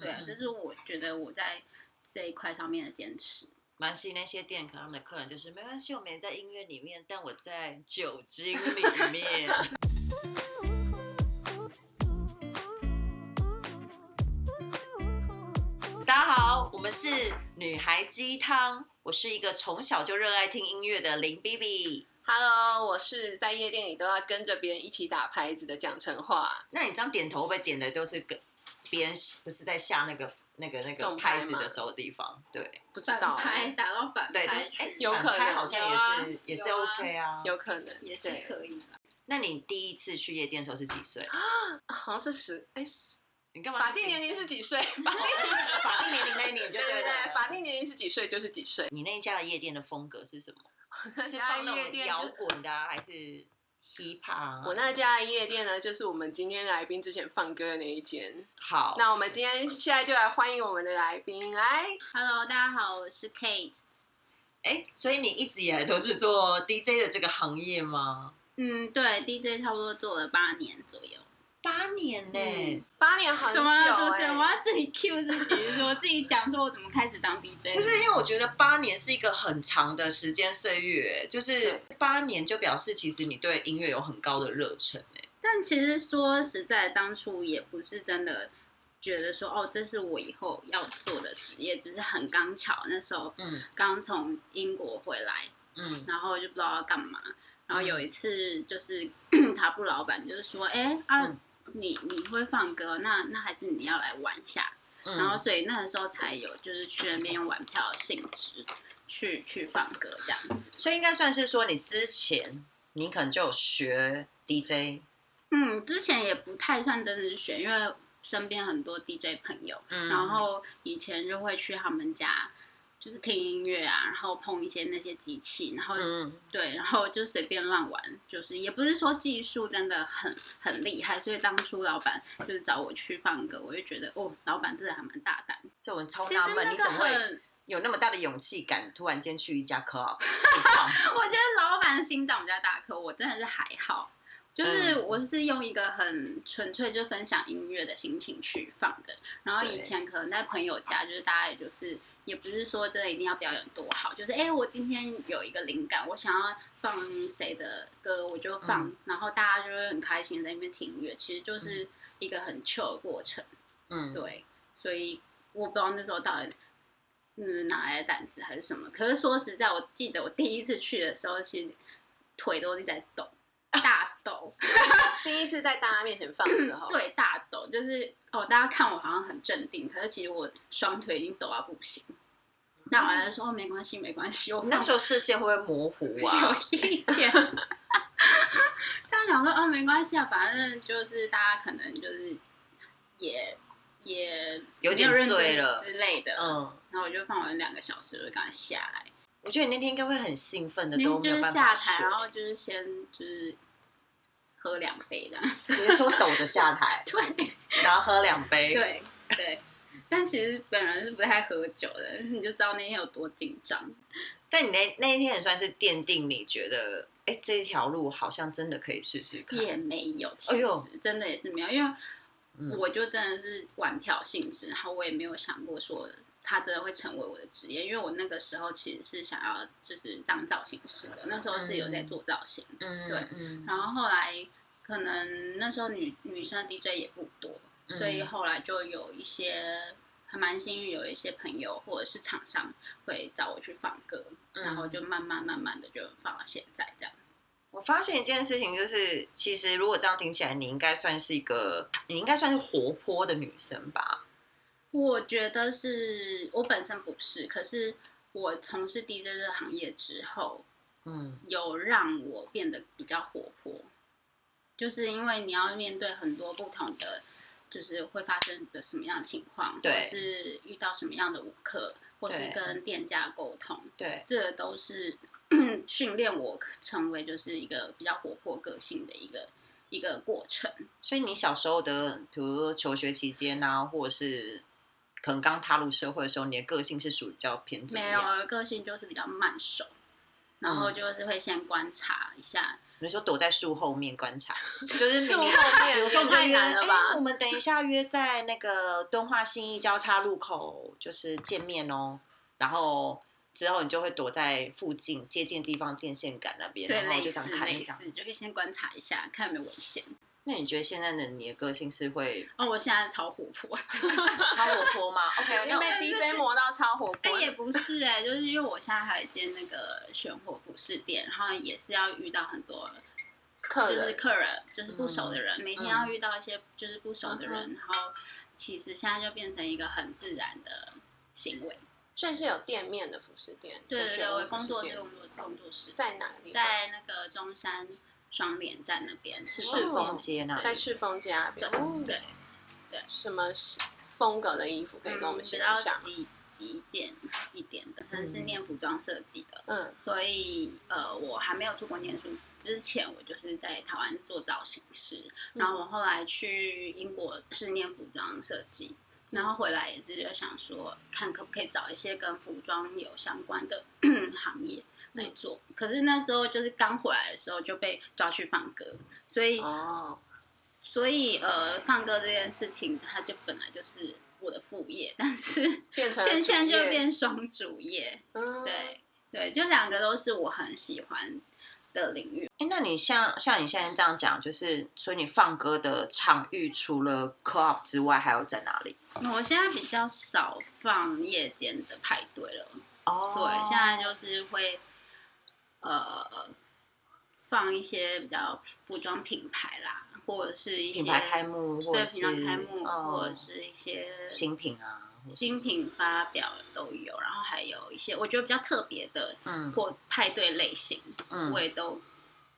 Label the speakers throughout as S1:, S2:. S1: 对啊，这是我觉得我在这一块上面的坚持。
S2: 蛮吸引那些店，可能他们的客人就是没关系，我没在音乐里面，但我在酒精里面。 大家好，我们是女孩鸡汤，我是一个从小就热爱听音乐的林 B B。
S3: Hello，我是在夜店里都要跟着别人一起打拍子的蒋成化。
S2: 那你这样点头，会不会点的都是跟别人不是在下那个那个那个
S3: 重拍
S2: 拍子
S3: 吗
S2: 的时候地方？对
S3: 不知
S1: 反
S3: 道
S1: 拍
S3: 欸，
S1: 打到反
S2: 对，
S1: 拍
S2: 但哎
S1: 去，
S3: 有可
S2: 反
S3: 能
S2: 拍好像也是、
S1: 有啊
S2: 也是
S1: 有啊
S2: OK 啊。
S3: 有可能
S1: 也是
S3: 对
S1: 可以的。
S2: 那你第一次去夜店的时候是几 岁？
S3: 好像是十哎，十
S2: 你干嘛？
S3: 法定年龄是几岁？ 法定
S2: 法定年龄那一年就
S3: 对对
S2: 对
S3: 对，
S2: 了。
S3: 法定年龄是几岁就是几岁。
S2: 你那一家的夜店的风格是什么？ 是
S3: 家
S2: 放
S3: 的
S2: 那
S3: 夜
S2: 种
S3: 店
S2: 摇
S3: 就
S2: 滚的、啊，还是 hip hop？、啊、
S3: 我那家的夜店呢，就是我们今天来宾之前放歌的那一间。
S2: 好，
S3: 那我们今天现在就来欢迎我们的来宾，来
S1: Hello，大家好，我是 Kate。
S2: 哎、所以你一直以来都是做 DJ 的这个行业吗？
S1: 嗯，对，DJ 差不多做了八年左右。
S2: 八年呢、
S3: 八年很久、
S1: 怎
S3: 欸，
S1: 么了主持人？我要自己 Q 自己，是我自己讲说我怎么开始当 DJ
S2: 不。是因为我觉得八年是一个很长的时间岁月，就是八年就表示其实你对音乐有很高的热忱哎、
S1: 但其实说实在，当初也不是真的觉得说哦，这是我以后要做的职业，只是很刚巧那时候
S2: 嗯
S1: 刚从英国回来，
S2: 嗯
S1: 然后就不知道要干嘛。然后有一次就是 塔布老板就是说，哎、啊，
S2: 嗯
S1: 你你会放歌，那那还是你要来玩一下。
S2: 嗯，
S1: 然后所以那个时候才有就是去那边用玩票的性质去去放歌这样子。
S2: 所以应该算是说你之前你可能就有学 DJ，
S1: 嗯，之前也不太算真的是学，因为身边很多 DJ 朋友，
S2: 嗯
S1: 然后以前就会去他们家。就是听音乐啊，然后碰一些那些机器，然后、
S2: 嗯
S1: 对，然后就随便乱玩，就是也不是说技术真的很很厉害，所以当初老板就是找我去放歌，我就觉得哦，老板真的还蛮大胆。
S2: 所以我超
S1: 其实
S2: 纳闷，
S1: 那
S2: 你
S1: 个
S2: 怎么会
S1: 很，
S2: 有那么大的勇气敢突然间去一家 club 去放？
S1: 我觉得老板心脏比较大颗，我真的是还好，就是我是用一个很纯粹就分享音乐的心情去放的。然后以前可能在朋友家，就是大家也就是也不是说真的一定要表演多好，就是哎、诶我今天有一个灵感，我想要放谁的歌，我就放，然后大家就会很开心地在那边听音乐，其实就是一个很 chill 的过程。
S2: 嗯，
S1: 对，所以我不知道那时候到底嗯哪来的胆子还是什么。可是说实在，我记得我第一次去的时候，其实腿都是在抖，大抖，
S3: 第一次在大家面前放的时候，，
S1: 对，大抖，就是哦，大家看我好像很镇定，可是其实我双腿已经抖到不行。那我还是说、哦没关系，没关系，我
S2: 嗯你那
S1: 放
S2: 时候视线会不会模糊 啊？
S1: 有一点。他想说，哦，没关系啊，反正就是大家可能就是也也
S2: 有
S1: 没
S2: 点
S1: 认真
S2: 醉了
S1: 之类的，
S2: 嗯，
S1: 然后我就放完两个小时，我就赶快下来。
S2: 我觉得你那天应该会很兴奋的，
S1: 那
S2: 都没
S1: 就
S2: 有
S1: 是
S2: 办
S1: 下
S2: 法
S1: 台，啊
S2: 睡
S1: 然后就是先就是喝两杯这样。，
S2: 你是说抖着下台
S1: 对
S2: 然后喝两杯，，
S1: 对对，但其实本人是不太喝酒的，你就知道那天有多紧张。
S2: 但你那那一天也算是奠定你觉得，哎，这一条路好像真的可以试试看。
S1: 也没有，
S2: 哎
S1: 其
S2: 呦
S1: 实真的也是没有，因
S2: 嗯
S1: 为我就真的是玩票性质，然后我也没有想过说它真的会成为我的职业，因为我那个时候其实是想要就是当造型师的，那时候是有在做造型，
S2: 嗯，
S1: 对
S2: 嗯，
S1: 然后后来可能那时候女女生 DJ 也不多，
S2: 嗯
S1: 所以后来就有一些还蛮幸运，有一些朋友或者是厂商会找我去放歌，
S2: 嗯
S1: 然后就慢慢慢慢的就放到现在这样。
S2: 我发现一件事情，就是其实如果这样听起来，你应该算是一个，你应该算是活泼的女生吧？
S1: 我觉得是我本身不是，可是我从事 DJ 这个行业之后，
S2: 嗯
S1: 有让我变得比较活泼，就是因为你要面对很多不同的，就是会发生的什么样的情况，
S2: 对
S1: 或是遇到什么样的舞客，或是
S2: 对
S1: 跟店家沟通，
S2: 对，
S1: 这都是 训练我成为就是一个比较活泼个性的一个一个过程。
S2: 所以你小时候的，比如说求学期间啊，或者是可能刚踏入社会的时候，你的个性是属于比较偏怎么
S1: 没有，
S2: 样？
S1: 我的个性就是比较慢熟，然后就是会先观察一下
S2: 有时候躲在树后面 观察，就是你
S3: 树后面
S2: 有时候
S1: 太难
S2: 约
S1: 了吧
S2: 哎我们等一下约在那个敦化信义交叉路口，就是见面哦。然后之后你就会躲在附近接近地方电线杆那边，
S1: 对，
S2: 然后
S1: 类
S2: 就这样
S1: 似
S2: 看一
S1: 类
S2: 下。
S1: 似，就可以先观察一下，看有没有危险。
S2: 那你觉得现在的你的个性是会
S1: 哦，我现在超活泼，
S2: 超活泼 吗？OK，
S3: 因为
S2: 那
S3: 被 DJ 磨到超活
S1: 哎、
S3: 泼，
S1: 也不是哎、就是因为我现在还有一间那个选货服饰店，然后也是要遇到很多
S3: 客
S1: 就是
S3: 人
S1: 客人，就是不熟的人，每天要遇到一些就是不熟的人，然后其实现在就变成一个很自然的行为。
S3: 所以是有店面的服饰店，
S1: 对对
S3: 有
S1: 对，
S3: 选
S1: 我
S3: 物服
S1: 工
S3: 饰
S1: 作
S3: 店
S1: 是工作工作室，
S3: 在哪个地方？
S1: 在那个中山双连站那边，是
S2: 赤峰街那
S3: 在
S2: 里，
S3: 赤峰街那边。哦
S1: 对对，
S3: 什么风格的衣服可以跟我
S1: 嗯
S3: 们
S1: 比
S3: 形容
S1: 较
S3: 一下吗？
S1: 极极简一点的，可能是念服装设计的。
S3: 嗯，
S1: 所以，呃，我还没有出国念书之前，我就是在台湾做造型师，然
S3: 嗯
S1: 后我后来去英国是念服装设计，然后回来也是就想说，看可不可以找一些跟服装有相关的 行业
S3: 嗯
S1: 来做。可是那时候就是刚回来的时候就被抓去放歌，所以
S3: 哦，
S1: 所以呃，放歌这件事情，它就本来就是我的副业，但是
S3: 变成
S1: 现现在
S3: 主
S1: 就
S3: 业
S1: 变双主业，
S3: 嗯，
S1: 对对，就两个都是我很喜欢的领域。
S2: 哎，那你像像你现在这样讲，就是所以你放歌的场域除了 club 之外，还有在哪里？
S1: 我现在比较少放夜间的派对了，
S2: 哦
S1: 对，现在就是会呃放一些比较服装品牌啦，或者是一些
S2: 品牌开幕或
S1: 对平
S2: 者是
S1: 常开幕，或者
S2: 哦
S1: 是一些
S2: 新品啊，
S1: 新品发表都有，然后还有一些我觉得比较特别的
S2: 嗯
S1: 或派对类型，我
S2: 嗯，
S1: 也都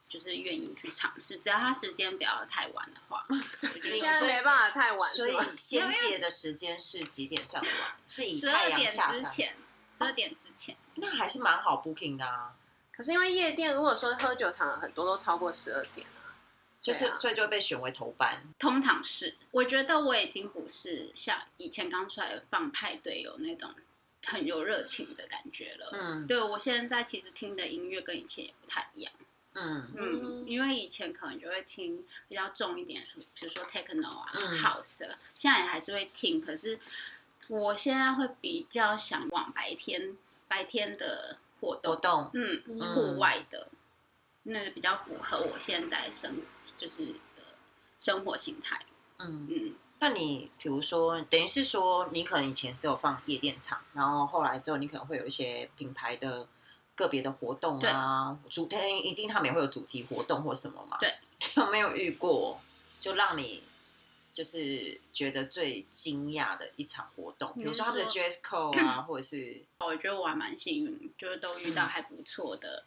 S1: 就是愿意去尝试，只要它时间不要太晚的 话。
S3: 现在没办法太晚，
S2: 所
S3: 是
S2: 以
S3: 吗？
S2: 仙界的时间是几点算晚？是以
S1: 十
S2: 太
S1: 二
S2: 阳
S1: 点
S2: 下
S1: 之
S2: 山，
S1: 前，十二点之前，
S2: 那还是蛮好 booking 的啊。
S3: 可是因为夜店，如果说喝酒场很多都超过十二点啊，
S2: 就是、
S3: 对啊
S2: 所以就会被选为头班，
S1: 通常是我觉得我已经不是像以前刚出来放派对有那种很有热情的感觉了。
S2: 嗯
S1: 对我现在其实听的音乐跟以前也不太一样。
S2: 嗯
S1: 嗯
S3: 嗯，
S1: 因为以前可能就会听比较重一点，比如说 techno 啊、
S2: 嗯
S1: house，啊现在也还是会听，可是我现在会比较想往白天白天的活动，
S2: 活动，
S1: 嗯，
S3: 嗯
S1: 户外的，那比较符合我现在生就是的生活形态，
S2: 嗯。
S1: 嗯，
S2: 那你比如说，等于是说，你可能以前是有放夜店场，然后后来之后，你可能会有一些品牌的个别的活动啊，主题一定他们也会有主题活动或什么嘛。
S1: 对，
S2: 有没有遇过就让你就是觉得最惊讶的一场活动？
S1: 你
S2: 比
S1: 是
S2: 如说他们的 dress code 啊，或者是
S1: 我觉得我还蛮幸运，就是都遇
S3: 嗯
S1: 到还不错的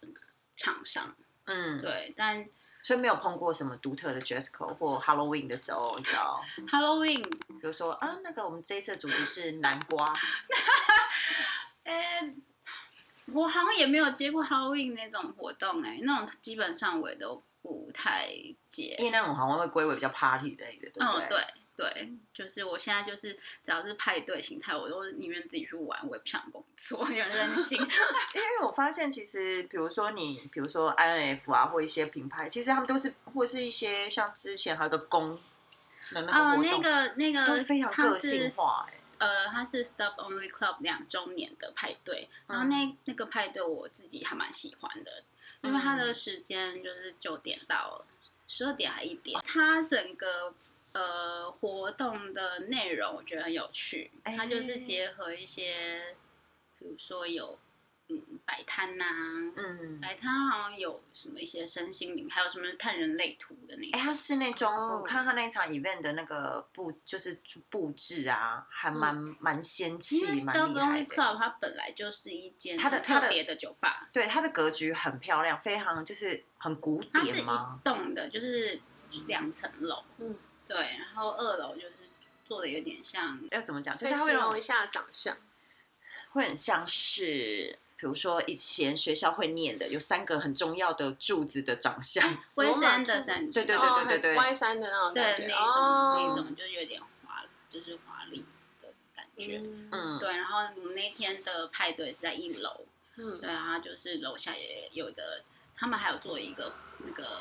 S1: 厂商，
S2: 嗯，
S1: 对，但
S2: 所以没有碰过什么独特的 dress code 或 Halloween 的时候，你知道，
S1: Halloween
S2: 比如说啊，那个我们这一次的主题是南瓜，
S1: 哎、我好像也没有接过 Halloween 那种活动、哎，那种基本上我也都不太
S2: 因
S1: 接。
S2: 为那种好像会归为比较 party 类的，对不
S1: 嗯
S2: 对？，
S1: 对对，就是我现在就是只要是派对形态，我都宁愿自己去玩，我也不想工作，有任性。
S2: 因为我发现，其实比如说你，比如说 INF 啊，或一些品牌，其实他们都是，或是一些像之前还有个公的那
S1: 哦，
S2: 个活
S1: 那
S2: 动，
S1: 个那
S2: 都
S1: 个，
S2: 非常
S1: 它
S2: 个
S1: 是
S2: 性化、欸
S1: 呃，它是 Stop Only Club 两周年的派对，然后
S2: 嗯
S1: 那、那个派对我自己还蛮喜欢的，因为它
S2: 嗯
S1: 的时间就是九点到十二点还一点，它整个呃活动的内容我觉得很有趣，
S2: 哎
S1: 它就是结合一些，比如说有嗯摆摊呐、
S2: 嗯，
S1: 摆摊好像有什么一些身心灵，还有什么看人类图的那种，
S2: 哎、他室内装，
S3: 哦
S2: 我看他那一场 event 的那个布，就是布置啊，还蛮蛮、
S1: 嗯
S2: 仙
S1: 因为
S2: 气，蛮
S1: Stop
S2: 厉害
S1: Only
S2: 的。
S1: Club 它本来就是一间
S2: 它的
S1: 很
S2: 它
S1: 特
S2: 的
S1: 别的酒吧，
S2: 对，它的格局很漂亮，非常就是很古
S1: 它是
S2: 典
S1: 一
S2: 嘛。
S1: 栋的，就是两层楼，
S3: 嗯，
S1: 对，然后二楼就是做的有点像，
S2: 要怎么讲？就
S3: 可以
S2: 是它会
S3: 形
S2: 让我
S3: 容一下长相，
S2: 会很像是，比如说以前学校会念的，有三个很重要的柱子的长相，
S1: 威
S3: 罗
S1: 斯
S3: 马
S1: 安德森，
S2: 对对对
S3: 哦
S2: 对对
S3: 很歪三的那种感
S1: 对
S3: 觉，
S1: 那一种、那一
S3: 哦，
S1: 种就是有点华，就是华丽的感觉。
S3: 嗯
S2: 嗯，
S1: 对，然后我们那天的派对是在一楼，啊
S3: 嗯
S1: 对，然后就是楼下也有一个，他们还有做一个那个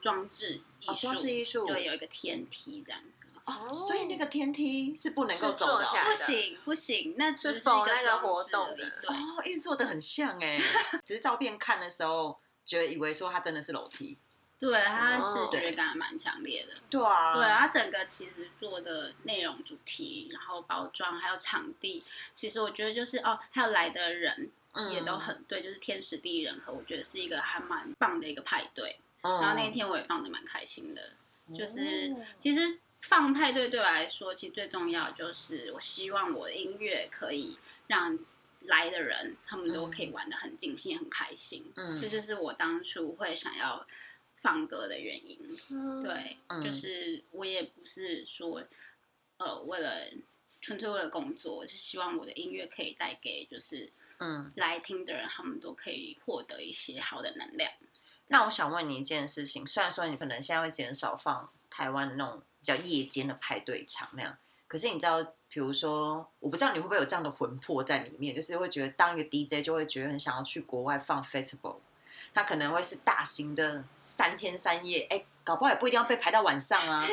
S1: 装置艺术，
S2: 哦装置艺术
S1: 对，有一个天梯这样子，
S3: 哦
S2: 所以那个天梯是不能够
S3: 是
S2: 走
S3: 坐
S2: 的哦
S3: 下来
S1: 不行不行，那只
S3: 是
S1: 是一
S3: 否那个
S1: 装
S3: 活
S1: 置
S3: 动
S1: 而已
S3: 的
S1: 对，
S2: 哦，因为做的很像哎、只是照片看的时候，觉得以为说它真的是楼梯。
S1: 对，它
S3: 哦
S1: 视觉
S2: 对
S1: 感还蛮强烈的。
S2: 对啊
S1: 对，它整个其实做的内容、主题，然后包装，还有场地，其实我觉得就是哦，还有来的人
S2: 嗯
S1: 也都很对，就是天时地利人和，我觉得是一个还蛮棒的一个派对。
S2: 嗯
S1: 然后那一天我也放的蛮开心的，就是
S3: 哦
S1: 其实放派对对我来说，其实最重要的就是我希望我的音乐可以让来的人他们都可以玩的很尽兴、很开心。
S2: 嗯
S1: 这就是我当初会想要放歌的原因。对，
S2: 嗯
S1: 就是我也不是说呃为了纯粹为了工作，我是希望我的音乐可以带给就是
S2: 嗯。
S1: 来听的人，他们都可以获得一些好的能量。
S2: 那我想问你一件事情，虽然说你可能现在会减少放台湾的那种比较夜间的派对场那样，可是你知道，比如说，我不知道你会不会有这样的魂魄在里面，就是会觉得当一个 DJ 就会觉得很想要去国外放 festival，它可能会是大型的三天三夜，哎、搞不好也不一定要被排到晚上啊。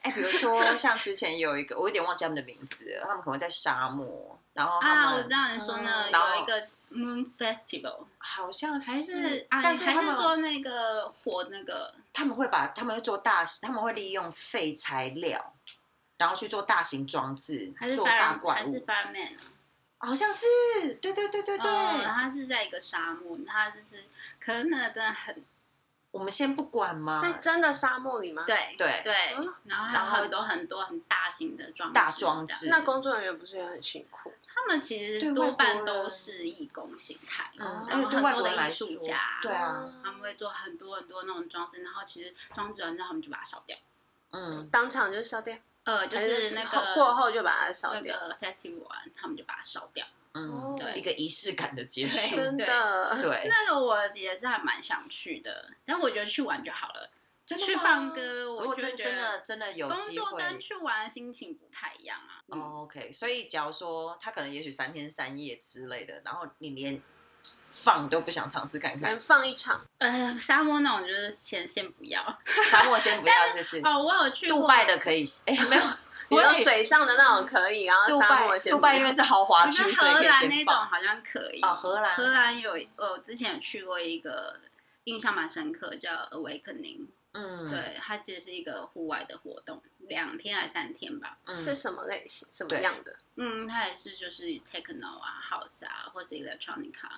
S2: 哎、比如说像之前有一个，我有点忘记他们的名字了，他们可能会在沙漠，然后他们、
S1: 啊，我知道你说呢，
S2: 嗯
S1: 有一个 Moon Festival，
S2: 好像是
S1: 还是啊，
S2: 但
S1: 你
S2: 是
S1: 还
S2: 他
S1: 是
S2: 们
S1: 说那个火那个
S2: 他们会把他们会做大，他们会利用废材料，然后去做大型装置
S1: 还，是
S2: 做大
S1: Fire
S2: 怪
S1: 还是
S2: 物，
S1: Fireman？啊
S2: 好像是，对对对对对。
S1: 嗯它是在一个沙漠，它就是，可是那个真的很
S2: 我们先不管嘛，
S3: 在真的沙漠里吗？，
S1: 对
S2: 对
S1: 对
S3: 嗯，
S1: 然后还
S2: 然
S1: 有
S2: 后
S1: 很多很多很大型的装置
S2: 大装
S1: 这样
S2: 置
S3: 那工作人员不是也很辛苦？
S1: 他们其
S2: 对
S1: 实
S2: 外
S1: 多
S2: 国
S1: 半
S2: 人
S1: 都是义工形态，
S2: 嗯，
S1: 然后
S2: 而且对
S1: 哦很
S2: 外
S1: 多
S2: 国人
S1: 的
S2: 来
S1: 艺
S2: 说
S1: 术家，，哦
S2: 对啊，
S1: 他们会做很多很多那种装置，然后其实装置完之后他们就把它烧掉，
S2: 嗯，
S3: 当场就烧掉，
S1: 呃，就
S3: 还
S1: 是
S3: 是
S1: 那
S3: 后
S1: 个
S3: 过后就把它烧
S1: 那
S3: 掉。
S1: 个 festival 完，他们就把它烧掉。
S2: 嗯，
S3: 对
S2: 一个仪式感的结 束，
S1: 哦对
S3: 真的，
S2: 对，
S1: 那个我也是还蛮想去的，但我觉得去玩就好了，
S2: 真的
S1: 去
S2: 吗
S1: 放。歌，
S2: 如
S1: 我
S2: 果
S1: 就
S2: 真
S1: 觉
S2: 真的
S1: 得
S2: 真的有
S1: 工
S2: 机
S1: 作
S2: 会
S1: 跟去玩的心情不太一样啊。嗯，
S2: 哦，OK，所以假如说他可能也许三天三夜之类的，然后你连放都不想尝试看看
S3: 能，放一场，
S1: 呃，沙漠那种就是先先不要。
S2: 沙 漠先不要，谢谢。
S1: 哦，我有去过
S2: 杜拜的可以，哎、 没有，
S3: 你
S2: 我
S3: 说
S2: 有
S3: 水上的那种可以，然后
S2: 杜
S3: 沙漠
S2: 拜，
S3: 先
S2: 杜拜因为是豪华
S1: 我觉
S2: 区，
S1: 得
S2: 所以
S1: 荷
S2: 可以
S1: 兰那
S2: 先
S1: 种
S2: 放。
S1: 好像可以。
S2: 哦荷兰
S1: 荷兰有我之前有去过一个，印象蛮深刻，叫 Awakening，、
S2: 嗯，
S1: 对，它其实是一个户外的活动，两天还三天吧。
S2: 嗯，
S3: 是什么类型、什么
S2: 对
S3: 样的？
S1: 嗯，它也是就是 techno 啊、house 啊，或是 electronica，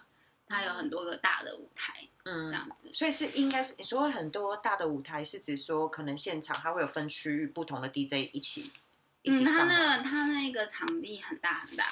S1: 它有很多个大的舞台这
S2: 嗯，
S1: 样子。
S2: 所以是应该是你说很多大的舞台是指说，可能现场它会有分区域不同的 DJ 一起一
S1: 嗯，
S2: 起
S1: 它
S2: 上
S1: 那
S2: 来。
S1: 它那个场地很大很大，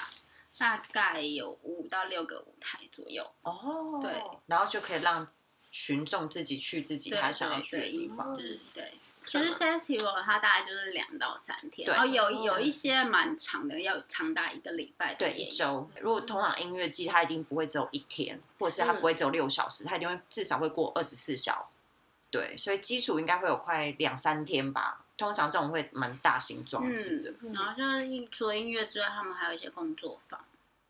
S1: 大概有五到六个舞台左右。
S2: 哦，
S1: 对，
S2: 然后就可以让群众自己去自己
S1: 对
S2: 他想要
S1: 对
S2: 去的
S1: 对
S2: 地方
S1: 就。是对。哦其
S3: 什么
S1: 实 festival 它大概就是两到三天，
S2: 对
S1: 然后有有
S3: 哦
S1: 一些蛮长的，要长达一个礼拜的
S2: 对，
S1: 也
S2: 一
S1: 有
S2: 周。如果通常音乐季，它一定不会只有一天，或者是它不
S3: 嗯
S2: 会只有六小时，它一定会至少会过二十四小。对，所以基础应该会有快两三天吧。通常这种会蛮大型装置的。
S1: 嗯，然后就是一除了音乐之外，他们还有一些工作坊，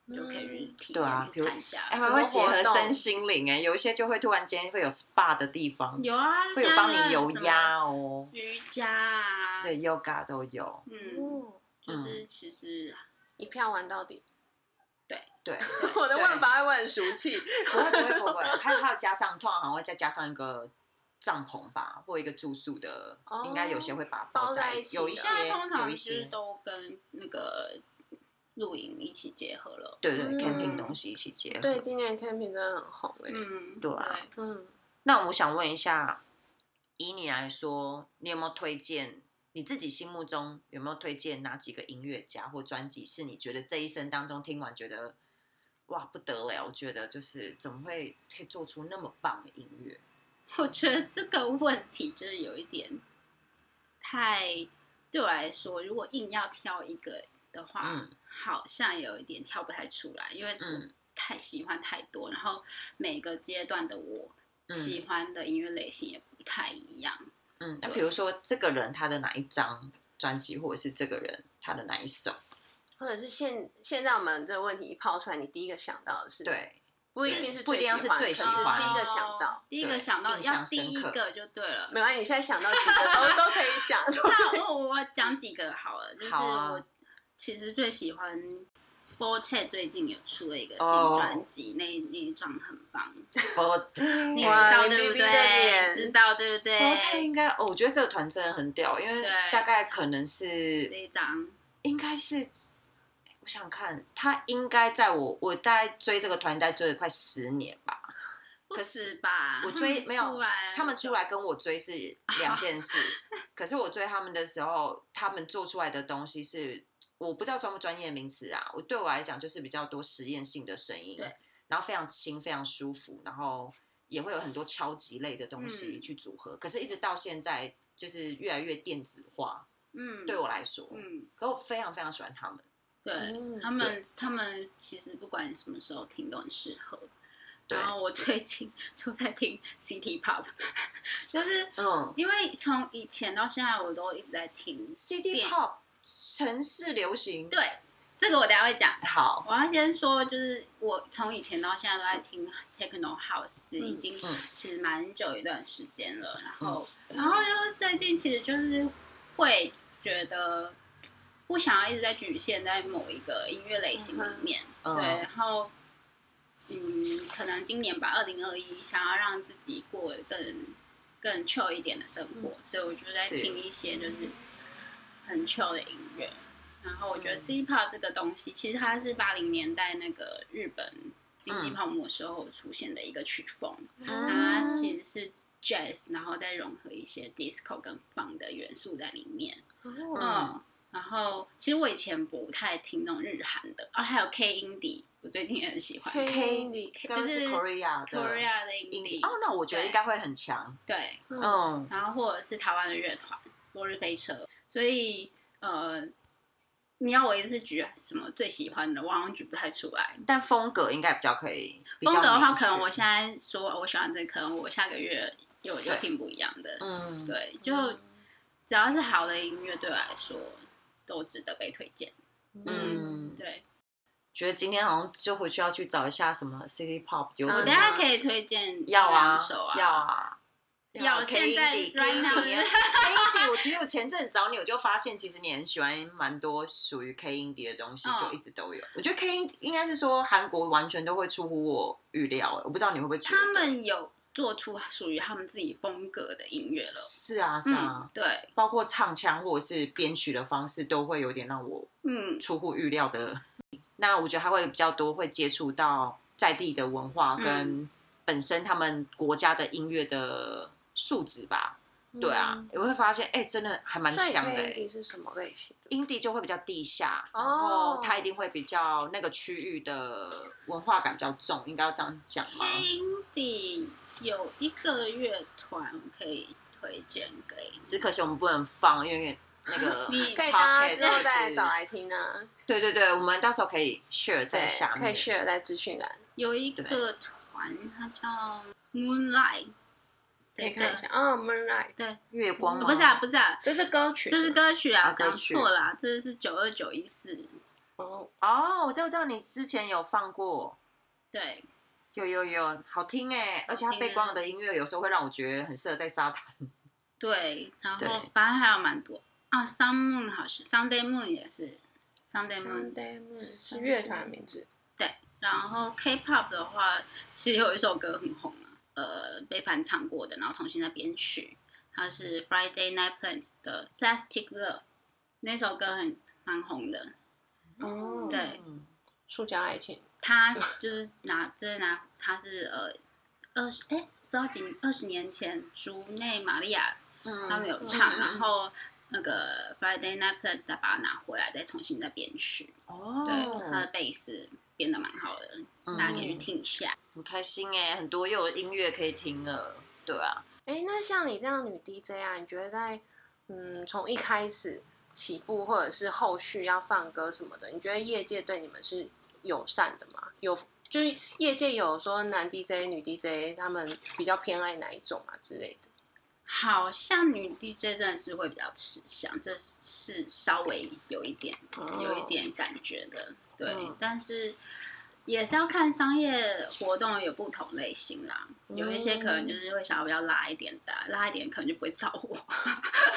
S1: 就
S3: 嗯
S1: 可以去体
S2: 对啊
S1: 验
S2: 比
S1: 去
S2: 如
S1: 参加。
S2: 哎，
S3: 多
S2: 还会结合
S3: 活动
S2: 身心灵哎、有一些就会突然间会有 SPA 的地方，
S1: 有啊，
S2: 会有
S1: 像
S2: 帮
S1: 那
S2: 你油
S1: 什么
S2: 压哦，
S1: 瑜伽啊，
S2: 对，yoga 都有，
S1: 嗯，
S3: 哦，
S1: 就是其实
S3: 一票玩到底。
S2: 对，
S3: 我的问法会不会很俗气？
S2: 不会不会不会，还有还有加上，通常好像会再加上一个帐篷吧，或一个住宿的，
S3: 哦
S2: 应该有些会把它
S3: 包
S2: 在
S3: 在一起
S2: 有一
S3: 的
S2: 些
S1: 现在通
S2: 有
S1: 常
S2: 一
S1: 就是
S2: 些，
S1: 都跟那个露营一起结合了。
S2: 对对
S3: 嗯
S2: ，camping 东西一起结合。
S3: 对，今年 camping 真的很红哎、
S1: 嗯，
S2: 对啊
S3: 嗯，
S2: 那我想问一下，以你来说，你有没有推荐？你自己心目中有没有推荐哪几个音乐家或专辑是你觉得这一生当中听完觉得哇不得了？我觉得就是怎么会可以做出那么棒的音乐？
S1: 我觉得这个问题就是有一点太对我来说，如果硬要挑一个的话，
S2: 嗯
S1: 好像有一点挑不太出来，因为我
S2: 嗯
S1: 太喜欢太多，然后每个阶段的我喜
S2: 嗯
S1: 欢的音乐类型也不太一样。
S2: 嗯，那比如说这个人他的哪一张专辑，或者是这个人他的哪一首？
S3: 或者是现现在我们这个问题一抛出来，你第一个想到的是
S2: 对，
S3: 不一定是
S2: 不一定要是最
S3: 喜
S2: 喜
S3: 欢，可
S2: 欢
S3: 能是第一个想
S1: 哦
S3: 到。，
S1: 第一个想到
S2: 印象
S1: 要第一
S2: 深刻
S1: 个就对了。
S3: 没关系，你现在想到几个都都可以讲。
S1: 那我我我讲几个好了，就是
S2: 好啊
S1: 我其实最喜欢 f o r t e 最近有出了一个新
S2: 哦
S1: 专辑，那那一张很棒，
S2: 我
S1: 你知
S3: 哇
S1: 道
S3: 你
S1: 对不
S3: BB 的
S1: 对？
S3: 脸
S1: 知道对不对？
S2: 佛泰应该，哦，我觉得这个团真的很屌，因为
S1: 对
S2: 大概可能
S1: 这
S2: 是
S1: 一张
S2: 应该是，我想想看，他应该在我我大概追这个团，大概追了快十年吧。
S1: 不
S2: 可
S1: 止吧？
S2: 我追
S1: 他们
S2: 没有
S1: 出来
S2: 他们出来跟我追是两 件事，可是我追他们的时候，他们做出来的东西是我不知道专不专业名词啊，我对我来讲就是比较多实验性的声音
S1: 对，
S2: 然后非常轻，非常舒服，然后也会有很多敲击类的东西
S1: 嗯
S2: 去组合，可是一直到现在就是越来越电子化，
S1: 嗯，
S2: 对我来说，
S1: 嗯，
S2: 可我非常非常喜欢他们，
S1: 对
S3: 嗯
S1: 他们，他们其实不管什么时候听都很适合。
S2: 对
S1: 然后我最近就在听 City Pop，就是
S2: 嗯
S1: 因为从以前到现在我都一直在听。
S2: ，CD
S1: 电
S2: pop 城市流行，
S1: 对，这个我等一下会讲。
S2: 好，
S1: 我要先说，就是我从以前到现在都在听 Techno House，已经
S2: 嗯
S1: 其实蛮久一段时间了。然后，然后就是最近其实就是会觉得不想要一直在局限在某一个音乐类型里面，
S2: 嗯哼
S1: 对。
S2: 嗯
S1: 然后，嗯，可能今年吧，二零二一想要让自己过得更更 chill 一点的生活，所以我就在
S2: 嗯是
S1: 听一些就是很 chill 的音乐。然后我觉得 C-pop 这个东西，其实它是八零年代那个日本经济泡沫时候出现的一个曲风，
S2: 嗯
S3: 啊
S1: 它其实是 jazz，然后再融合一些 disco 跟 funk 的元素在里面。嗯，然后其实我以前不太听那种日韩的，哦，还有 K 音底，我最近也很喜欢
S3: K
S2: 刚刚是
S1: 就是
S2: Korea 的
S1: Korea 的音
S2: 印
S1: 底
S2: 尼，哦，那我觉得
S1: 对
S2: 应该会很强，
S1: 对，
S3: 嗯，
S2: 嗯。
S1: 然后或者是台湾的乐团落日飞车，所以呃，你要我一次举什么最喜欢的，我好像举不太出来。
S2: 但风格应该比较可以。比较
S1: 风格的话，
S2: 明确嗯
S1: 可能我现在说我喜欢这个，可能我下个月又又
S2: 对
S1: 听不一样的。
S2: 嗯，
S1: 对，就只要是好的音乐，对我来说都值得被推荐。
S2: 嗯
S1: 对，
S2: 觉得今天好像就回去要去找一下什么 City Pop 有
S1: 我
S2: 什
S1: 等
S2: 么
S1: 一下可以推荐一
S2: 嗯啊要啊
S1: 两首，
S2: 要啊，
S1: 要现在 right now
S2: K
S1: 是
S2: Indie，我其实我前阵子找你，我就发现其实你很喜欢蛮多属于 K Indie 的东西，
S1: 嗯
S2: 就一直都有。我觉得 K Indie 应该是说韩国完全都会出乎我预料，欸我不知道你会不会觉得
S1: 他们有做出属于他们自己风格的音乐了。
S2: 是啊是
S1: 嗯
S2: 啊，，
S1: 对，
S2: 包括唱腔或者是编曲的方式都会有点让我
S1: 嗯，
S2: 出乎预料的。那我觉得他会比较多会接触到在地的文化
S1: 嗯
S2: 跟本身他们国家的音乐的素质吧。对啊，你会发现，哎、真的还蛮
S3: 嗯所以
S2: 像的、
S3: K
S2: 欸。
S3: D 是什么类型？
S2: 音地就会比较地下，
S3: 哦
S2: 然后它一定会比较那个区域的文化感比较重，应该要这样讲吗？
S1: 黑底有一个乐团可以推荐给你
S2: 只可惜我们不能放，因为那个
S1: 你
S3: 可以大家
S2: podcast
S3: 之后再
S2: 是
S3: 找来听啊，
S2: 对对对，我们到时候可以 share 在
S3: 对
S2: 下，面。
S3: 可以 share 在资讯栏，
S1: 有一个团，它叫 Moonlight，
S3: 可以
S1: 这
S3: 看一
S1: 个
S3: 下啊，Moonlight，
S1: 对，
S2: 月光吗？
S1: 不是啊，不是啊，
S3: 这是歌曲，
S1: 这是歌曲啊，
S2: 啊歌
S1: 讲
S2: 曲
S1: 错啦，这是九二九一四，
S3: 哦，
S2: 哦，我知道，我知道你之前有放过，
S1: 对，
S2: 有有有，好听哎、而且它背光的音乐有时候会让我觉得很适合在沙滩。
S1: 对，然
S2: 对
S1: 后反正还有蛮多啊，Sun Moon 好像，Sunday Moon 也是，Sunday Moon。
S3: 嗯 Monday Moon 是乐团的名字，
S1: 然后 K-pop 的话，其实有一首歌很红啊，呃，被翻唱过的，然后重新再编曲，它是 Friday Night Plans 的 Plastic Love，那首歌很蛮红的，
S3: 哦
S1: 对
S2: 嗯
S3: 塑胶爱情，
S1: 他就是拿，就是拿，他是呃二十哎，不知道几二十年前，竹内玛利亚他们
S2: 嗯，
S1: 有唱，啊
S2: 嗯
S1: 然后那个 Friday Night Plus 再把它拿回来，再重新再编曲。对，他
S2: 哦，
S1: 的贝斯编的蛮好的，
S2: 嗯
S1: 大家可以去听一下。
S2: 很开心哎、很多又有音乐可以听了，对啊，
S3: 哎，那像你这样女 DJ 啊，你觉得在嗯从一开始起步，或者是后续要放歌什么的，你觉得业界对你们是友善的吗？有就是业界有说男 DJ、女 DJ 他们比较偏爱哪一种啊之类的？
S1: 好像女 DJ 真的是会比较吃香，这是稍微有一点、
S3: 哦
S1: 有一点感觉的，对。
S3: 嗯
S1: 但是也是要看商业活动有不同类型啦，
S3: 嗯
S1: 有一些可能就是会想要比较辣一点的啊，辣一点可能就不会找我。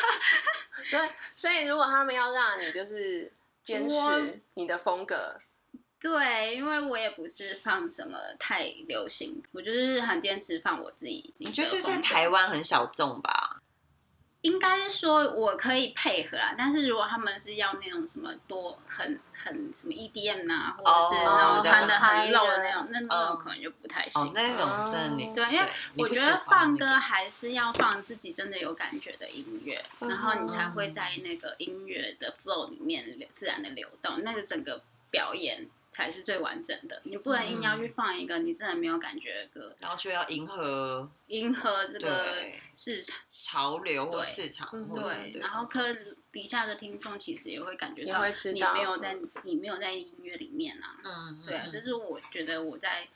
S3: 所以所以如果他们要让你就是坚
S1: 我
S3: 持你的风格，
S1: 对，因为我也不是放什么太流行，我就是很坚持放我自己。
S2: 你觉得是在台？湾很小众吧？
S1: 应该是说我可以配合啦，但是如果他们是要那种什么多很很什么 EDM 啊，或者是那
S2: 哦
S1: 种穿的
S3: 比
S1: 很
S3: 较
S1: 露
S3: 嗨的
S1: 的那种，那那种
S2: 嗯
S1: 可能就不太行。
S2: 哦，那种真的你
S3: 哦
S1: 对，因为
S2: 你
S1: 我
S2: 不
S1: 觉
S2: 喜
S1: 得
S2: 欢
S1: 放
S2: 那
S1: 歌
S2: 个
S1: 还是要放自己真的有感觉的音乐，
S3: 嗯
S1: 然后你才会在那个音乐的 flow 里面流自然的流动，那个整个表演才是最完整的。你不能硬要去
S2: 嗯
S1: 放一个你真的没有感觉的歌，
S2: 然后就要迎合
S1: 迎合这个
S2: 对
S1: 市场。
S2: 潮流或
S1: 对
S2: 市场
S3: 嗯
S2: 或什么
S1: 对，
S2: 的，
S1: 然后可能底下的听众其实也会感觉
S3: 也
S1: 到
S3: 会知
S1: 你
S3: 道
S1: 没有在你没有在音乐里面啊，
S2: 嗯，
S1: 对啊，
S2: 嗯
S1: 这是我觉得我在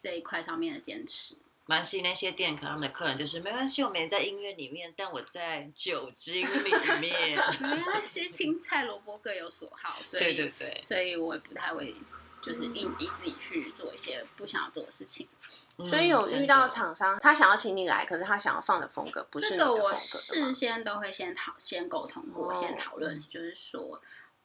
S1: 这一块上面的坚 持。
S2: 蛮西那些店，可能他们的客人就是没关系，我没在音乐里面，但我在酒精里面。
S1: 没关系，青菜萝卜各有所好，所以
S2: 对对对，
S1: 所以我也不太会就是硬逼自己去做一些不想要做的事情。
S2: 嗯
S3: 所以有
S2: 真的
S3: 遇到厂商，他想要请你来，可是他想要放的风格不是
S1: 这
S3: 你的
S1: 个
S3: 风格
S1: 我
S3: 的
S1: 事
S3: 吗
S1: 先都会先讨先沟通过，
S3: 哦
S1: 先讨论，就是说，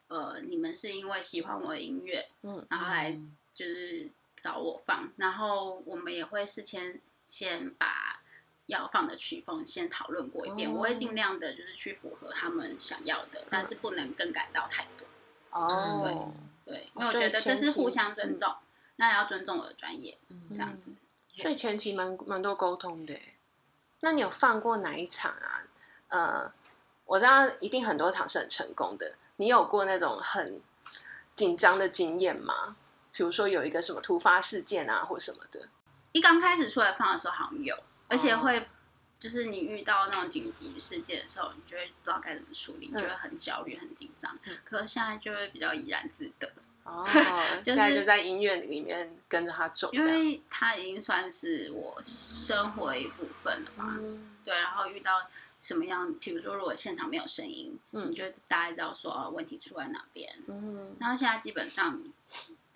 S1: 呃，你们是因为喜欢我的音乐，
S3: 嗯，
S1: 然后来就是找我放，然后我们也会事先先把。要放的曲风先讨论过一遍，
S3: 哦
S1: 我会尽量的就是去符合他们想要的，但是不能更改到太多。
S3: 哦
S2: 嗯，
S1: 对，因
S3: 哦
S1: 为我
S3: 所以
S1: 觉得这
S3: 前
S1: 是
S3: 期
S1: 互相尊重，那也要尊重我的专业，这
S2: 嗯
S1: 样子。
S3: 所以前期蛮蛮多沟通的耶。那你有放过哪一场啊？呃，我知道一定很多场是很成功的，你有过那种很紧张的经验吗？比如说有一个什么突发事件啊，或什么的。
S1: 一刚开始出来放的时候好像有，而
S3: 哦
S1: 且会就是你遇到那种紧急事件的时候，你就会不知道该怎么处理，你就会很焦虑、很紧张。可是现在就会比较怡然自得，
S3: 嗯哦，
S1: 就是
S3: 现在就在音乐里面跟着他走，
S1: 因为它已经算是我生活的一部分了
S3: 这
S1: 嘛
S3: 样。嗯
S1: 对，然后遇到什么样，比如说如果现场没有声音，
S3: 嗯
S1: 你就大概知道说哦问题出在哪边，
S3: 嗯
S1: 然后现在基本上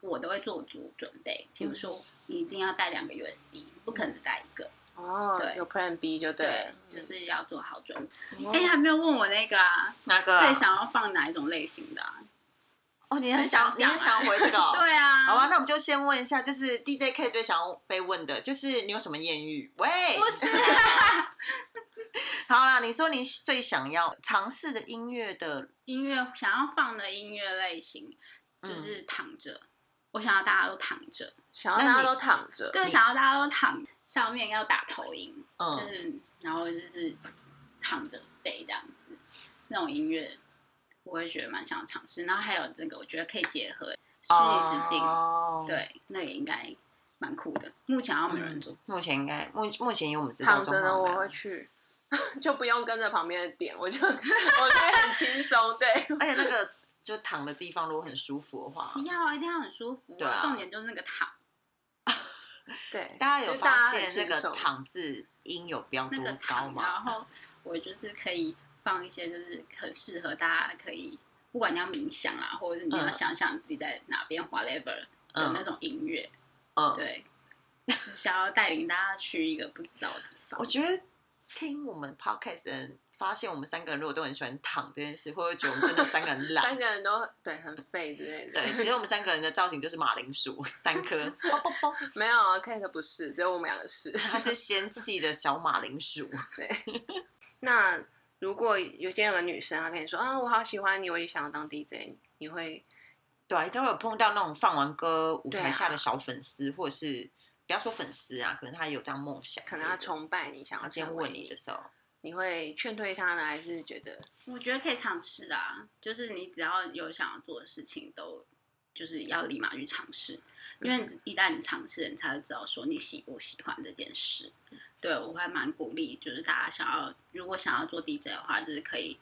S1: 我都会做足准备，比
S3: 嗯
S1: 如说你一定要带两个 USB，不可能只带一个。
S3: 哦，
S1: 对
S3: 有 Plan B 就对了，
S1: 就是要做好准备。
S3: 哦
S1: 哎、你还没有问我那个啊，
S2: 那个啊
S1: 最想要放哪一种类型的、啊？
S2: 哦，你很想，你
S1: 讲
S2: 很想回这个哦。
S1: 对啊，
S2: 好吧，，那我们就先问一下，就是 DJ K 最想要被问的，就是你有什么艳遇？喂，
S1: 不是，
S2: 好啦，你说你最想要尝试的音乐的，
S1: 音乐想要放的音乐类型
S2: 嗯
S1: 就是躺着。我想要大家都躺着，
S3: 想要
S2: 那
S3: 大家
S2: 你
S3: 都躺着，
S1: 对，想要大家都躺，上面要打投影，
S2: 嗯
S1: 就是然后就是躺着飞这样子，那种音乐我会觉得蛮想尝试。然后还有那个，我觉得可以结合虚拟实境，
S2: 哦，
S1: 对，那也应该蛮酷的。目前好像没有人做，
S2: 目前应该目目前以我们知道
S3: 躺着
S2: 的
S3: 的我会去， 就不用跟着旁边的点，我就我可以很轻松，对，
S2: 而且那个就躺的地方如果很舒服的话，
S1: 你要一定要很舒服、
S2: 对啊
S1: 重点就是那个躺，
S3: 对，
S2: 大家有
S3: 就大
S2: 发
S3: 家很
S2: 现那
S3: 轻
S2: 个
S3: 松，
S2: 躺字音有标
S1: 那
S2: 多
S1: 个
S2: 高
S1: 躺，啊
S2: 吗？
S1: 然后我就是可以放一些就是很适合大家可以，不管你要冥想啊，或者是你要
S2: 嗯
S1: 想想自己在哪边 whatever 的那种音乐，
S2: 嗯，
S1: 对，想要带领大家去一个不知道的地方
S2: 我。觉得听我们 podcast 的人发现我们三个人如果都很喜欢躺这件事，会不会觉得我们真的三个人
S3: 三
S2: 懒？
S3: 个人都对很废之类的，
S2: 对，其实我们三个人的造型就是马铃薯，三 颗，啵啵啵
S3: 没有啊，Kate 不是，只有我们两个是，
S2: 它是仙气的小马铃薯。
S3: 对。那如果有今天有个女生，她跟你说啊，我好喜欢你，我也想要当 DJ，你会
S2: 对啊，都有碰到那种放完歌舞
S3: 对啊
S2: 台下的小粉丝，或者是不要说粉丝啊，可能他也有这样梦想。
S3: 可能她崇拜你，想
S2: 他
S3: 要
S2: 今天
S3: 成
S2: 问
S3: 为
S2: 你
S3: 你
S2: 的，时候，
S3: 你会劝退她呢，还是觉得
S1: 我觉得可以尝试的啊，就是你只要有想要做的事情，都就是要立马去尝试，因为你一旦你尝试了，你才会知道说你喜不喜欢这件事。对我还蛮鼓励，就是大家想要如果想要做 DJ 的话，就是可以，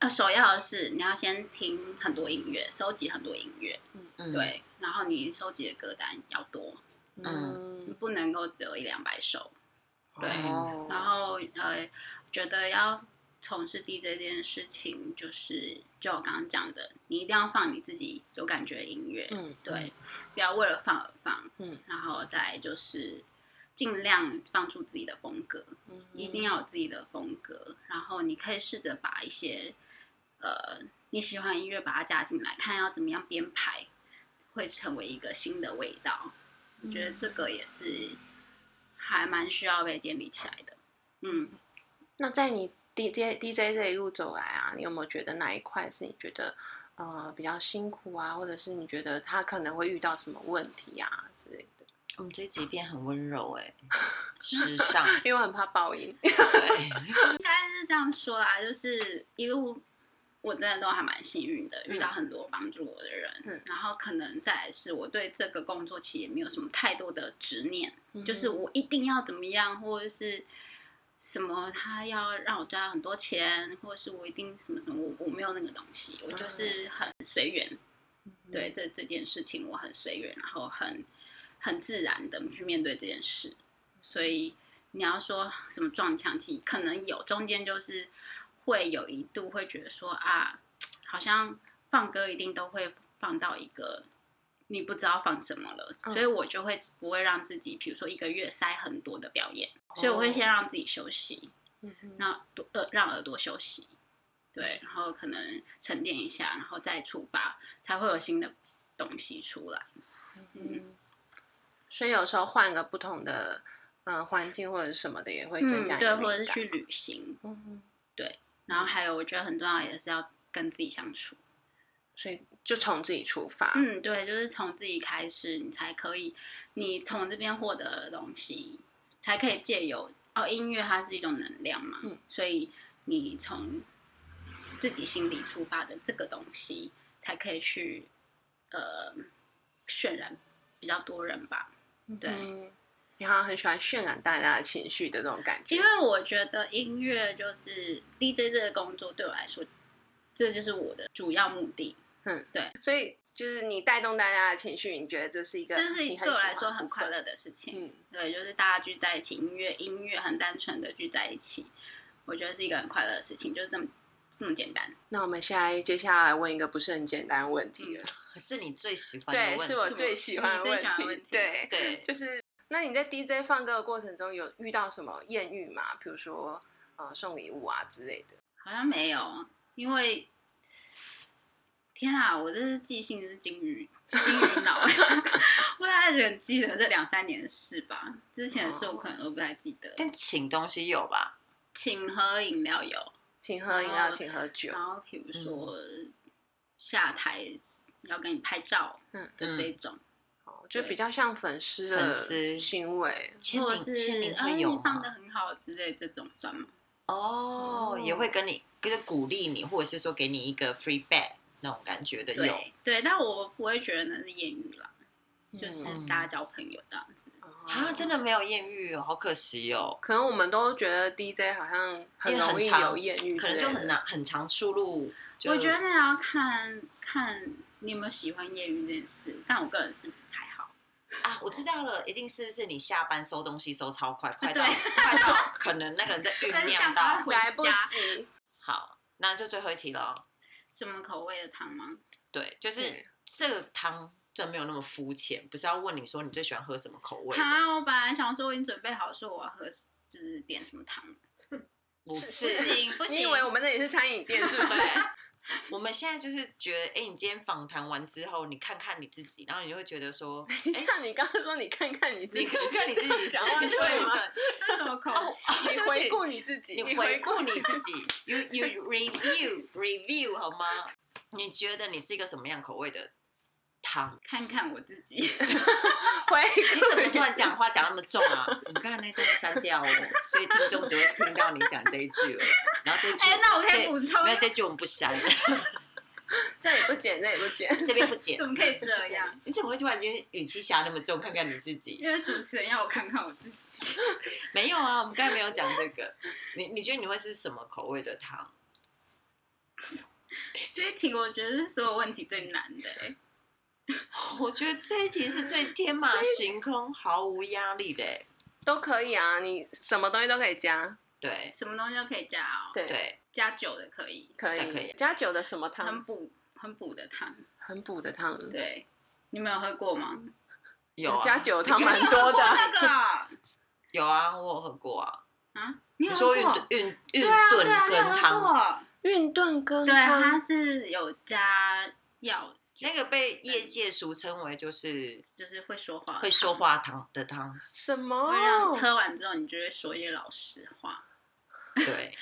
S1: 呃，首要的是你要先听很多音乐，收集很多音乐，
S2: 嗯，，
S1: 对，然后你收集的歌单要多，你
S3: 嗯，
S1: 不能够只有一两百首，对
S3: 哦
S1: 然后呃，觉得要从事 DJ 这件事情，就是就我刚刚讲的，你一定要放你自己有感觉的音乐，
S3: 嗯，
S1: 对，不要为了放而放，
S3: 嗯，
S1: 然后再来就是尽量放出自己的风格，
S3: 嗯
S1: 一定要有自己的风格，然后你可以试着把一些呃你喜欢的音乐把它加进来，看要怎么样编排，会成为一个新的味道。我觉
S3: 嗯
S1: 得这个也是还蛮需要被建立起来的。嗯，
S3: 那在你 DJ DJ 这一路走来啊，你有没有觉得哪一块是你觉得呃比较辛苦啊，或者是你觉得他可能会遇到什么问题啊之类的？
S2: 我哦们这一集变很温柔 哎、时尚
S3: 因为我很怕爆音。
S2: 对，
S1: 是这样说啦，就是一路我真的都还蛮幸运的，遇到很多帮助我的人。
S3: 嗯
S1: 然后可能再来是我对这个工作其实也没有什么太多的执念，就是
S3: 嗯
S1: 我一定要怎么样，或者是什么他要让我赚很多钱，或者是我一定什么什么，我我没有那个东西，我
S3: 嗯
S1: 就是很随缘。对这这件事情，我很随缘，然后很很自然的去面对这件事。所以你要说什么撞墙期，可能有中间就是会有一度会觉得说啊，好像放歌一定都会放到一个你不知道放什么了，
S3: 嗯
S1: 所以我就会不会让自己，比如说一个月塞很多的表演，所以我会先让自己休息，
S3: 嗯哼
S1: 让耳朵呃让耳朵休息。对，然后可能沉淀一下，然后再出发，才会有新的东西出来。
S3: 嗯，所以有时候换个不同的嗯环、境或者什么的，也会增加你
S1: 嗯对，
S3: 的
S1: 或者是
S3: 灵感
S1: 去旅行，
S3: 嗯，
S1: 然后还有我觉得很重要也是要跟自己相处。
S3: 所以就从自己出发。
S1: 嗯，对，就是从自己开始，你才可以，你从这边获得的东西，才可以借由哦，音乐它是一种能量嘛，
S3: 嗯
S1: 所以你从自己心里出发的这个东西，才可以去呃渲染比较多人吧。对
S3: 嗯你好像很喜欢渲染大家的情绪的这种感觉。
S1: 因为我觉得音乐就是 DJ 这个工作对我来说，这就是我的主要目的。
S3: 所以就是你带动大家的情绪，你觉得这是一个
S1: 这是
S3: 你
S1: 对
S3: 很喜
S1: 我
S3: 欢
S1: 来说
S3: 的
S1: 很
S3: 部
S1: 快
S3: 分。
S1: 乐的事情。
S3: 嗯，
S1: 对，就是大家聚在一起，音乐音乐很单纯的聚在一起，我觉得是一个很快乐的事情，就是这么这么简单。
S3: 那我们现在接下来问一个不是很简单的问题
S1: 嗯
S3: 了，
S2: 是你最喜欢的
S3: 对，
S2: 问题，
S3: 是我
S1: 是
S3: 最
S1: 我
S3: 喜欢的
S1: 你最
S3: 问
S1: 喜欢的
S3: 题，
S1: 问题
S3: 对，
S2: 对
S3: 就是那你在 DJ 放歌的过程中有遇到什么艳遇吗？比如说呃送礼物啊之类的，
S1: 好像没有，因为天啊，我这是记性是金鱼金鱼 脑，我大概只记得这两三年的事吧，之前的事我可能都不太记得。
S2: 但请东西有吧？
S1: 请喝饮料有，
S3: 请喝饮料，
S1: 哦
S3: 请喝酒，
S1: 然后比如
S2: 嗯
S1: 说下台要跟你拍照
S3: 嗯
S1: 的这种。
S3: 哦就
S1: 对
S3: 比较像粉丝
S2: 粉
S3: 的
S2: 丝
S3: 行为。
S2: 签
S1: 或者
S2: 名
S1: 是
S2: 签名
S1: 啊
S2: 会
S1: 你
S3: 嗯
S2: 有
S1: 放
S2: 吗
S1: 的？很好之类，这种算吗？
S2: 哦，也会跟你就是鼓励你，或者是说给你一个 free bag 那种感觉的有。
S1: 对对，但我不会觉得那是艳遇啦，就是
S2: 嗯
S1: 大家交朋友这样子。
S2: 啊，真
S3: 的，
S2: 的没有艳遇哦，好可惜哦。
S3: 嗯可能我们都觉得 DJ 好像很
S2: 因为很
S3: 容易
S2: 长
S3: 有艳遇之类的，
S2: 可能就很难很常出入。就
S1: 我觉得那要看看你有没有喜欢艳遇这件事，但我个人是还好。
S2: 啊，我知道了，一定是不是你下班收东西收超快，快
S1: 对
S2: 到快到可能那个人在酝
S1: 但是下
S2: 酿
S1: 班
S2: 到。
S1: 回
S3: 来不
S1: 家
S3: 及。
S2: 好，那就最后一题了。
S1: 什么口味的汤吗？
S2: 对，就是
S3: 对
S2: 这个汤真没有那么肤浅，不是要问你说你最喜欢喝什么口味的，
S1: 哈，我本来想说我已经准备好说我要喝，就是点什么汤，
S2: 不哎
S1: 不
S2: 是。
S1: 行不行。
S3: 你以为我们这里是餐饮店 是不是？
S2: 我们现在就是觉得，哎、你今天访谈完之后，你看看你自己，然后你就会觉得说，
S3: 像你刚刚说，你看看你自
S2: 你
S3: 己，
S2: 看看你自己
S3: 讲
S2: 自
S3: 话
S2: 己
S3: 对
S2: 水
S3: 吗
S2: 准
S1: 是什么口 气？
S3: 你
S2: 对不
S3: 回
S2: 起
S3: 顾你自己，
S2: 你
S3: 回
S2: 回顾你自己，you you review review 好吗？你觉得你是一个什么样口味的汤？
S1: 看看我自己，
S2: 哦
S3: 回
S2: 你
S3: 顾
S2: 怎么
S3: 你
S2: 突然
S3: 自
S2: 讲话
S3: 己
S2: 讲那么重啊？我们刚才那段删掉了，所以听众只会听到你讲这一句了。然后这一 句，
S1: 哎，那我可以
S2: 这
S1: 补充
S2: 没，有这句我们不删，
S3: 这也不剪，那也不剪。
S2: 这边不剪
S1: 怎。么可以这样？
S2: 你怎么会突然间语气下那么重？看看你自己。
S1: 因为主持人要我看看我自 己。
S2: 没有啊，我们刚才没有讲这个。你你觉得你会是什么口味的汤？
S1: 这一题我觉得是所有问题最难的、欸，
S2: 我觉得这一题是最天马行空、毫无压力的、欸。
S3: 都可以啊，你什么东西都可以加。
S4: 对
S1: 什么东西都可以加哦，
S3: 对，
S4: 对，
S1: 加酒的可以，
S3: 可
S4: 对
S3: 以
S4: 可以
S3: 加酒的什么
S1: 很
S3: 汤？
S1: 补很补的汤。
S3: 很补的汤，
S1: 对，你们有喝过 吗？
S4: 有啊
S3: 加 酒汤蛮多的。
S1: 那个啊，
S4: 有啊，我有喝过啊。
S1: 啊你有
S2: 你
S1: 喝过
S2: 说运运运
S1: 对啊
S2: 炖
S1: 对啊，你有
S2: 跟
S1: 喝
S2: 汤，
S1: 过
S3: 运炖羹
S1: 对，啊它
S3: 汤，
S1: 是有加药，
S2: 那个被业界俗称为就是
S1: 就是会说话的汤，
S2: 会说话汤的汤，
S3: 什
S1: 会让
S3: 么？
S1: 喝完之后你就会说一些老实话。
S2: 对，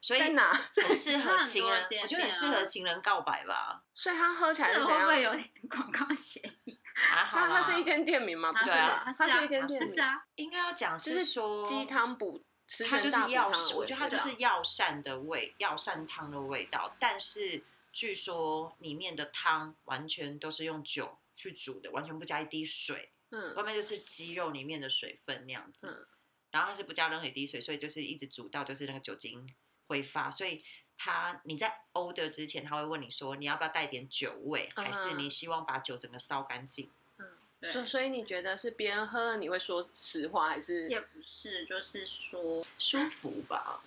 S2: 所以
S3: 在哪？
S2: 很适合情
S1: 很
S2: 人
S1: 多间，
S2: 我觉得
S1: 店
S2: 很
S1: 啊
S2: 适合情人告白吧。
S3: 所以它喝起来
S1: 这
S3: 是
S1: 个
S3: 怎
S1: 会不会
S3: 样？
S1: 有点 广告嫌
S2: 啊
S1: 疑？
S2: 还好
S3: 那它
S2: 啦，
S3: 是一间店名吗？不
S1: 它是
S3: 是
S2: 对啊
S3: 吧，
S1: 它是啊
S3: 是一间店
S1: 它是
S3: 名。
S1: 啊，
S2: 应该要讲
S3: 就是
S2: 说
S3: 鸡汤补，十
S2: 它
S3: 全
S2: 就是
S3: 大补
S2: 药
S3: 汤
S2: 膳，
S3: 的
S2: 我觉得它
S3: 味
S2: 就
S3: 道
S2: 是药膳的味，药膳汤的味道。但是据说里面的汤完全都是用酒去煮的，完全不加一滴水，
S3: 嗯
S2: 外面就是鸡肉里面的水分那样子。
S3: 嗯
S2: 然后它是不加任何一滴水，所以就是一直煮到就是那个酒精挥发，所以。它你在 order 之前，他会问你说你要不要带点酒味，还是
S3: 嗯
S2: 你希望把酒整个烧干净？
S1: 啊对
S3: 所所以你觉得是别人喝了你会说实话，还是
S1: 也不是，就是说
S2: 舒服吧？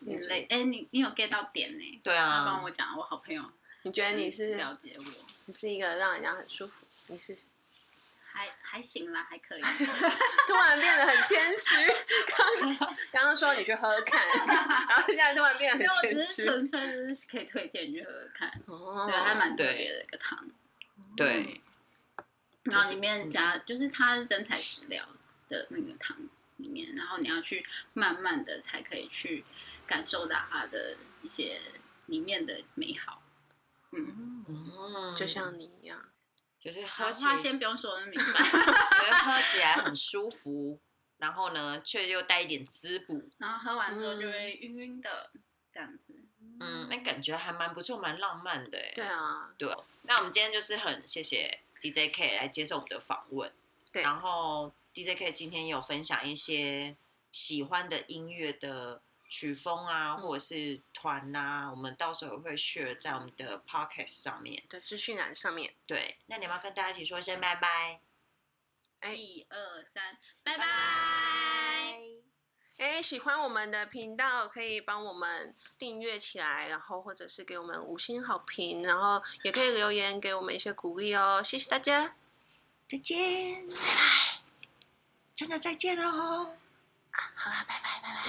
S1: 你累，哎，你你有 get 到点呢？
S2: 对啊，
S1: 他帮我讲，我好朋友
S3: 你觉得哎你是
S1: 嗯了解我，
S3: 你是一个让人家很舒服？你是
S1: 还还行啦，还 可以。
S3: 突然变得很谦虚，刚刚刚说你去喝看， 然后现在突然变
S1: 因
S3: 得
S1: 为我
S3: 很
S1: 只
S3: 谦
S1: 是
S3: 虚，
S1: 纯粹就是可以推荐你去喝喝看，
S3: 哦
S1: 对，还蛮特别的一个汤。
S2: 对，
S1: 然后里面加就是嗯它是真材实料的那个汤里面，然后你要去慢慢的才可以去感受到它的一些里面的美好。嗯，
S2: 嗯，
S3: 就像你一样，
S2: 就是喝
S1: 好
S2: 起
S1: 话
S2: 来
S1: 先不用说，那么明 白。
S2: 觉得喝起来很舒服，然后呢，却又带一点滋补，
S1: 然后喝完之后就会晕晕的这样子。
S2: 嗯，那感觉还蛮不错，蛮浪漫的欸，
S3: 对啊，
S2: 对。那我们今天就是很谢谢 DJ K 来接受我们的访问，
S3: 对
S2: 然后 DJ K 今天也有分享一些喜欢的音乐的曲风
S3: 嗯
S2: 啊，或者是团啊，我们到时候也会 share 在我们的 podcast 上面。
S3: 的资讯栏上面，
S2: 对，那你们要跟大家一起说声拜拜，
S3: 哎
S1: 一二三，拜拜。
S3: 哎，喜欢我们的频道，可以帮我们订阅起来，然后或者是给我们五星好评，然后也可以留言给我们一些鼓励哦，谢谢大家。
S2: 再见，拜拜，真的再见哦喽。
S3: 啊好啦，拜拜拜拜，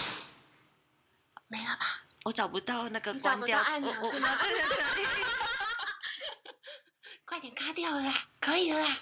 S3: 没了吧？
S2: 我找不到那个
S3: 你找
S2: 关
S3: 不
S2: 掉，
S3: 到按钮
S2: 我我对
S3: 是 吗
S2: 对对，快点卡掉了啦，可以了啦。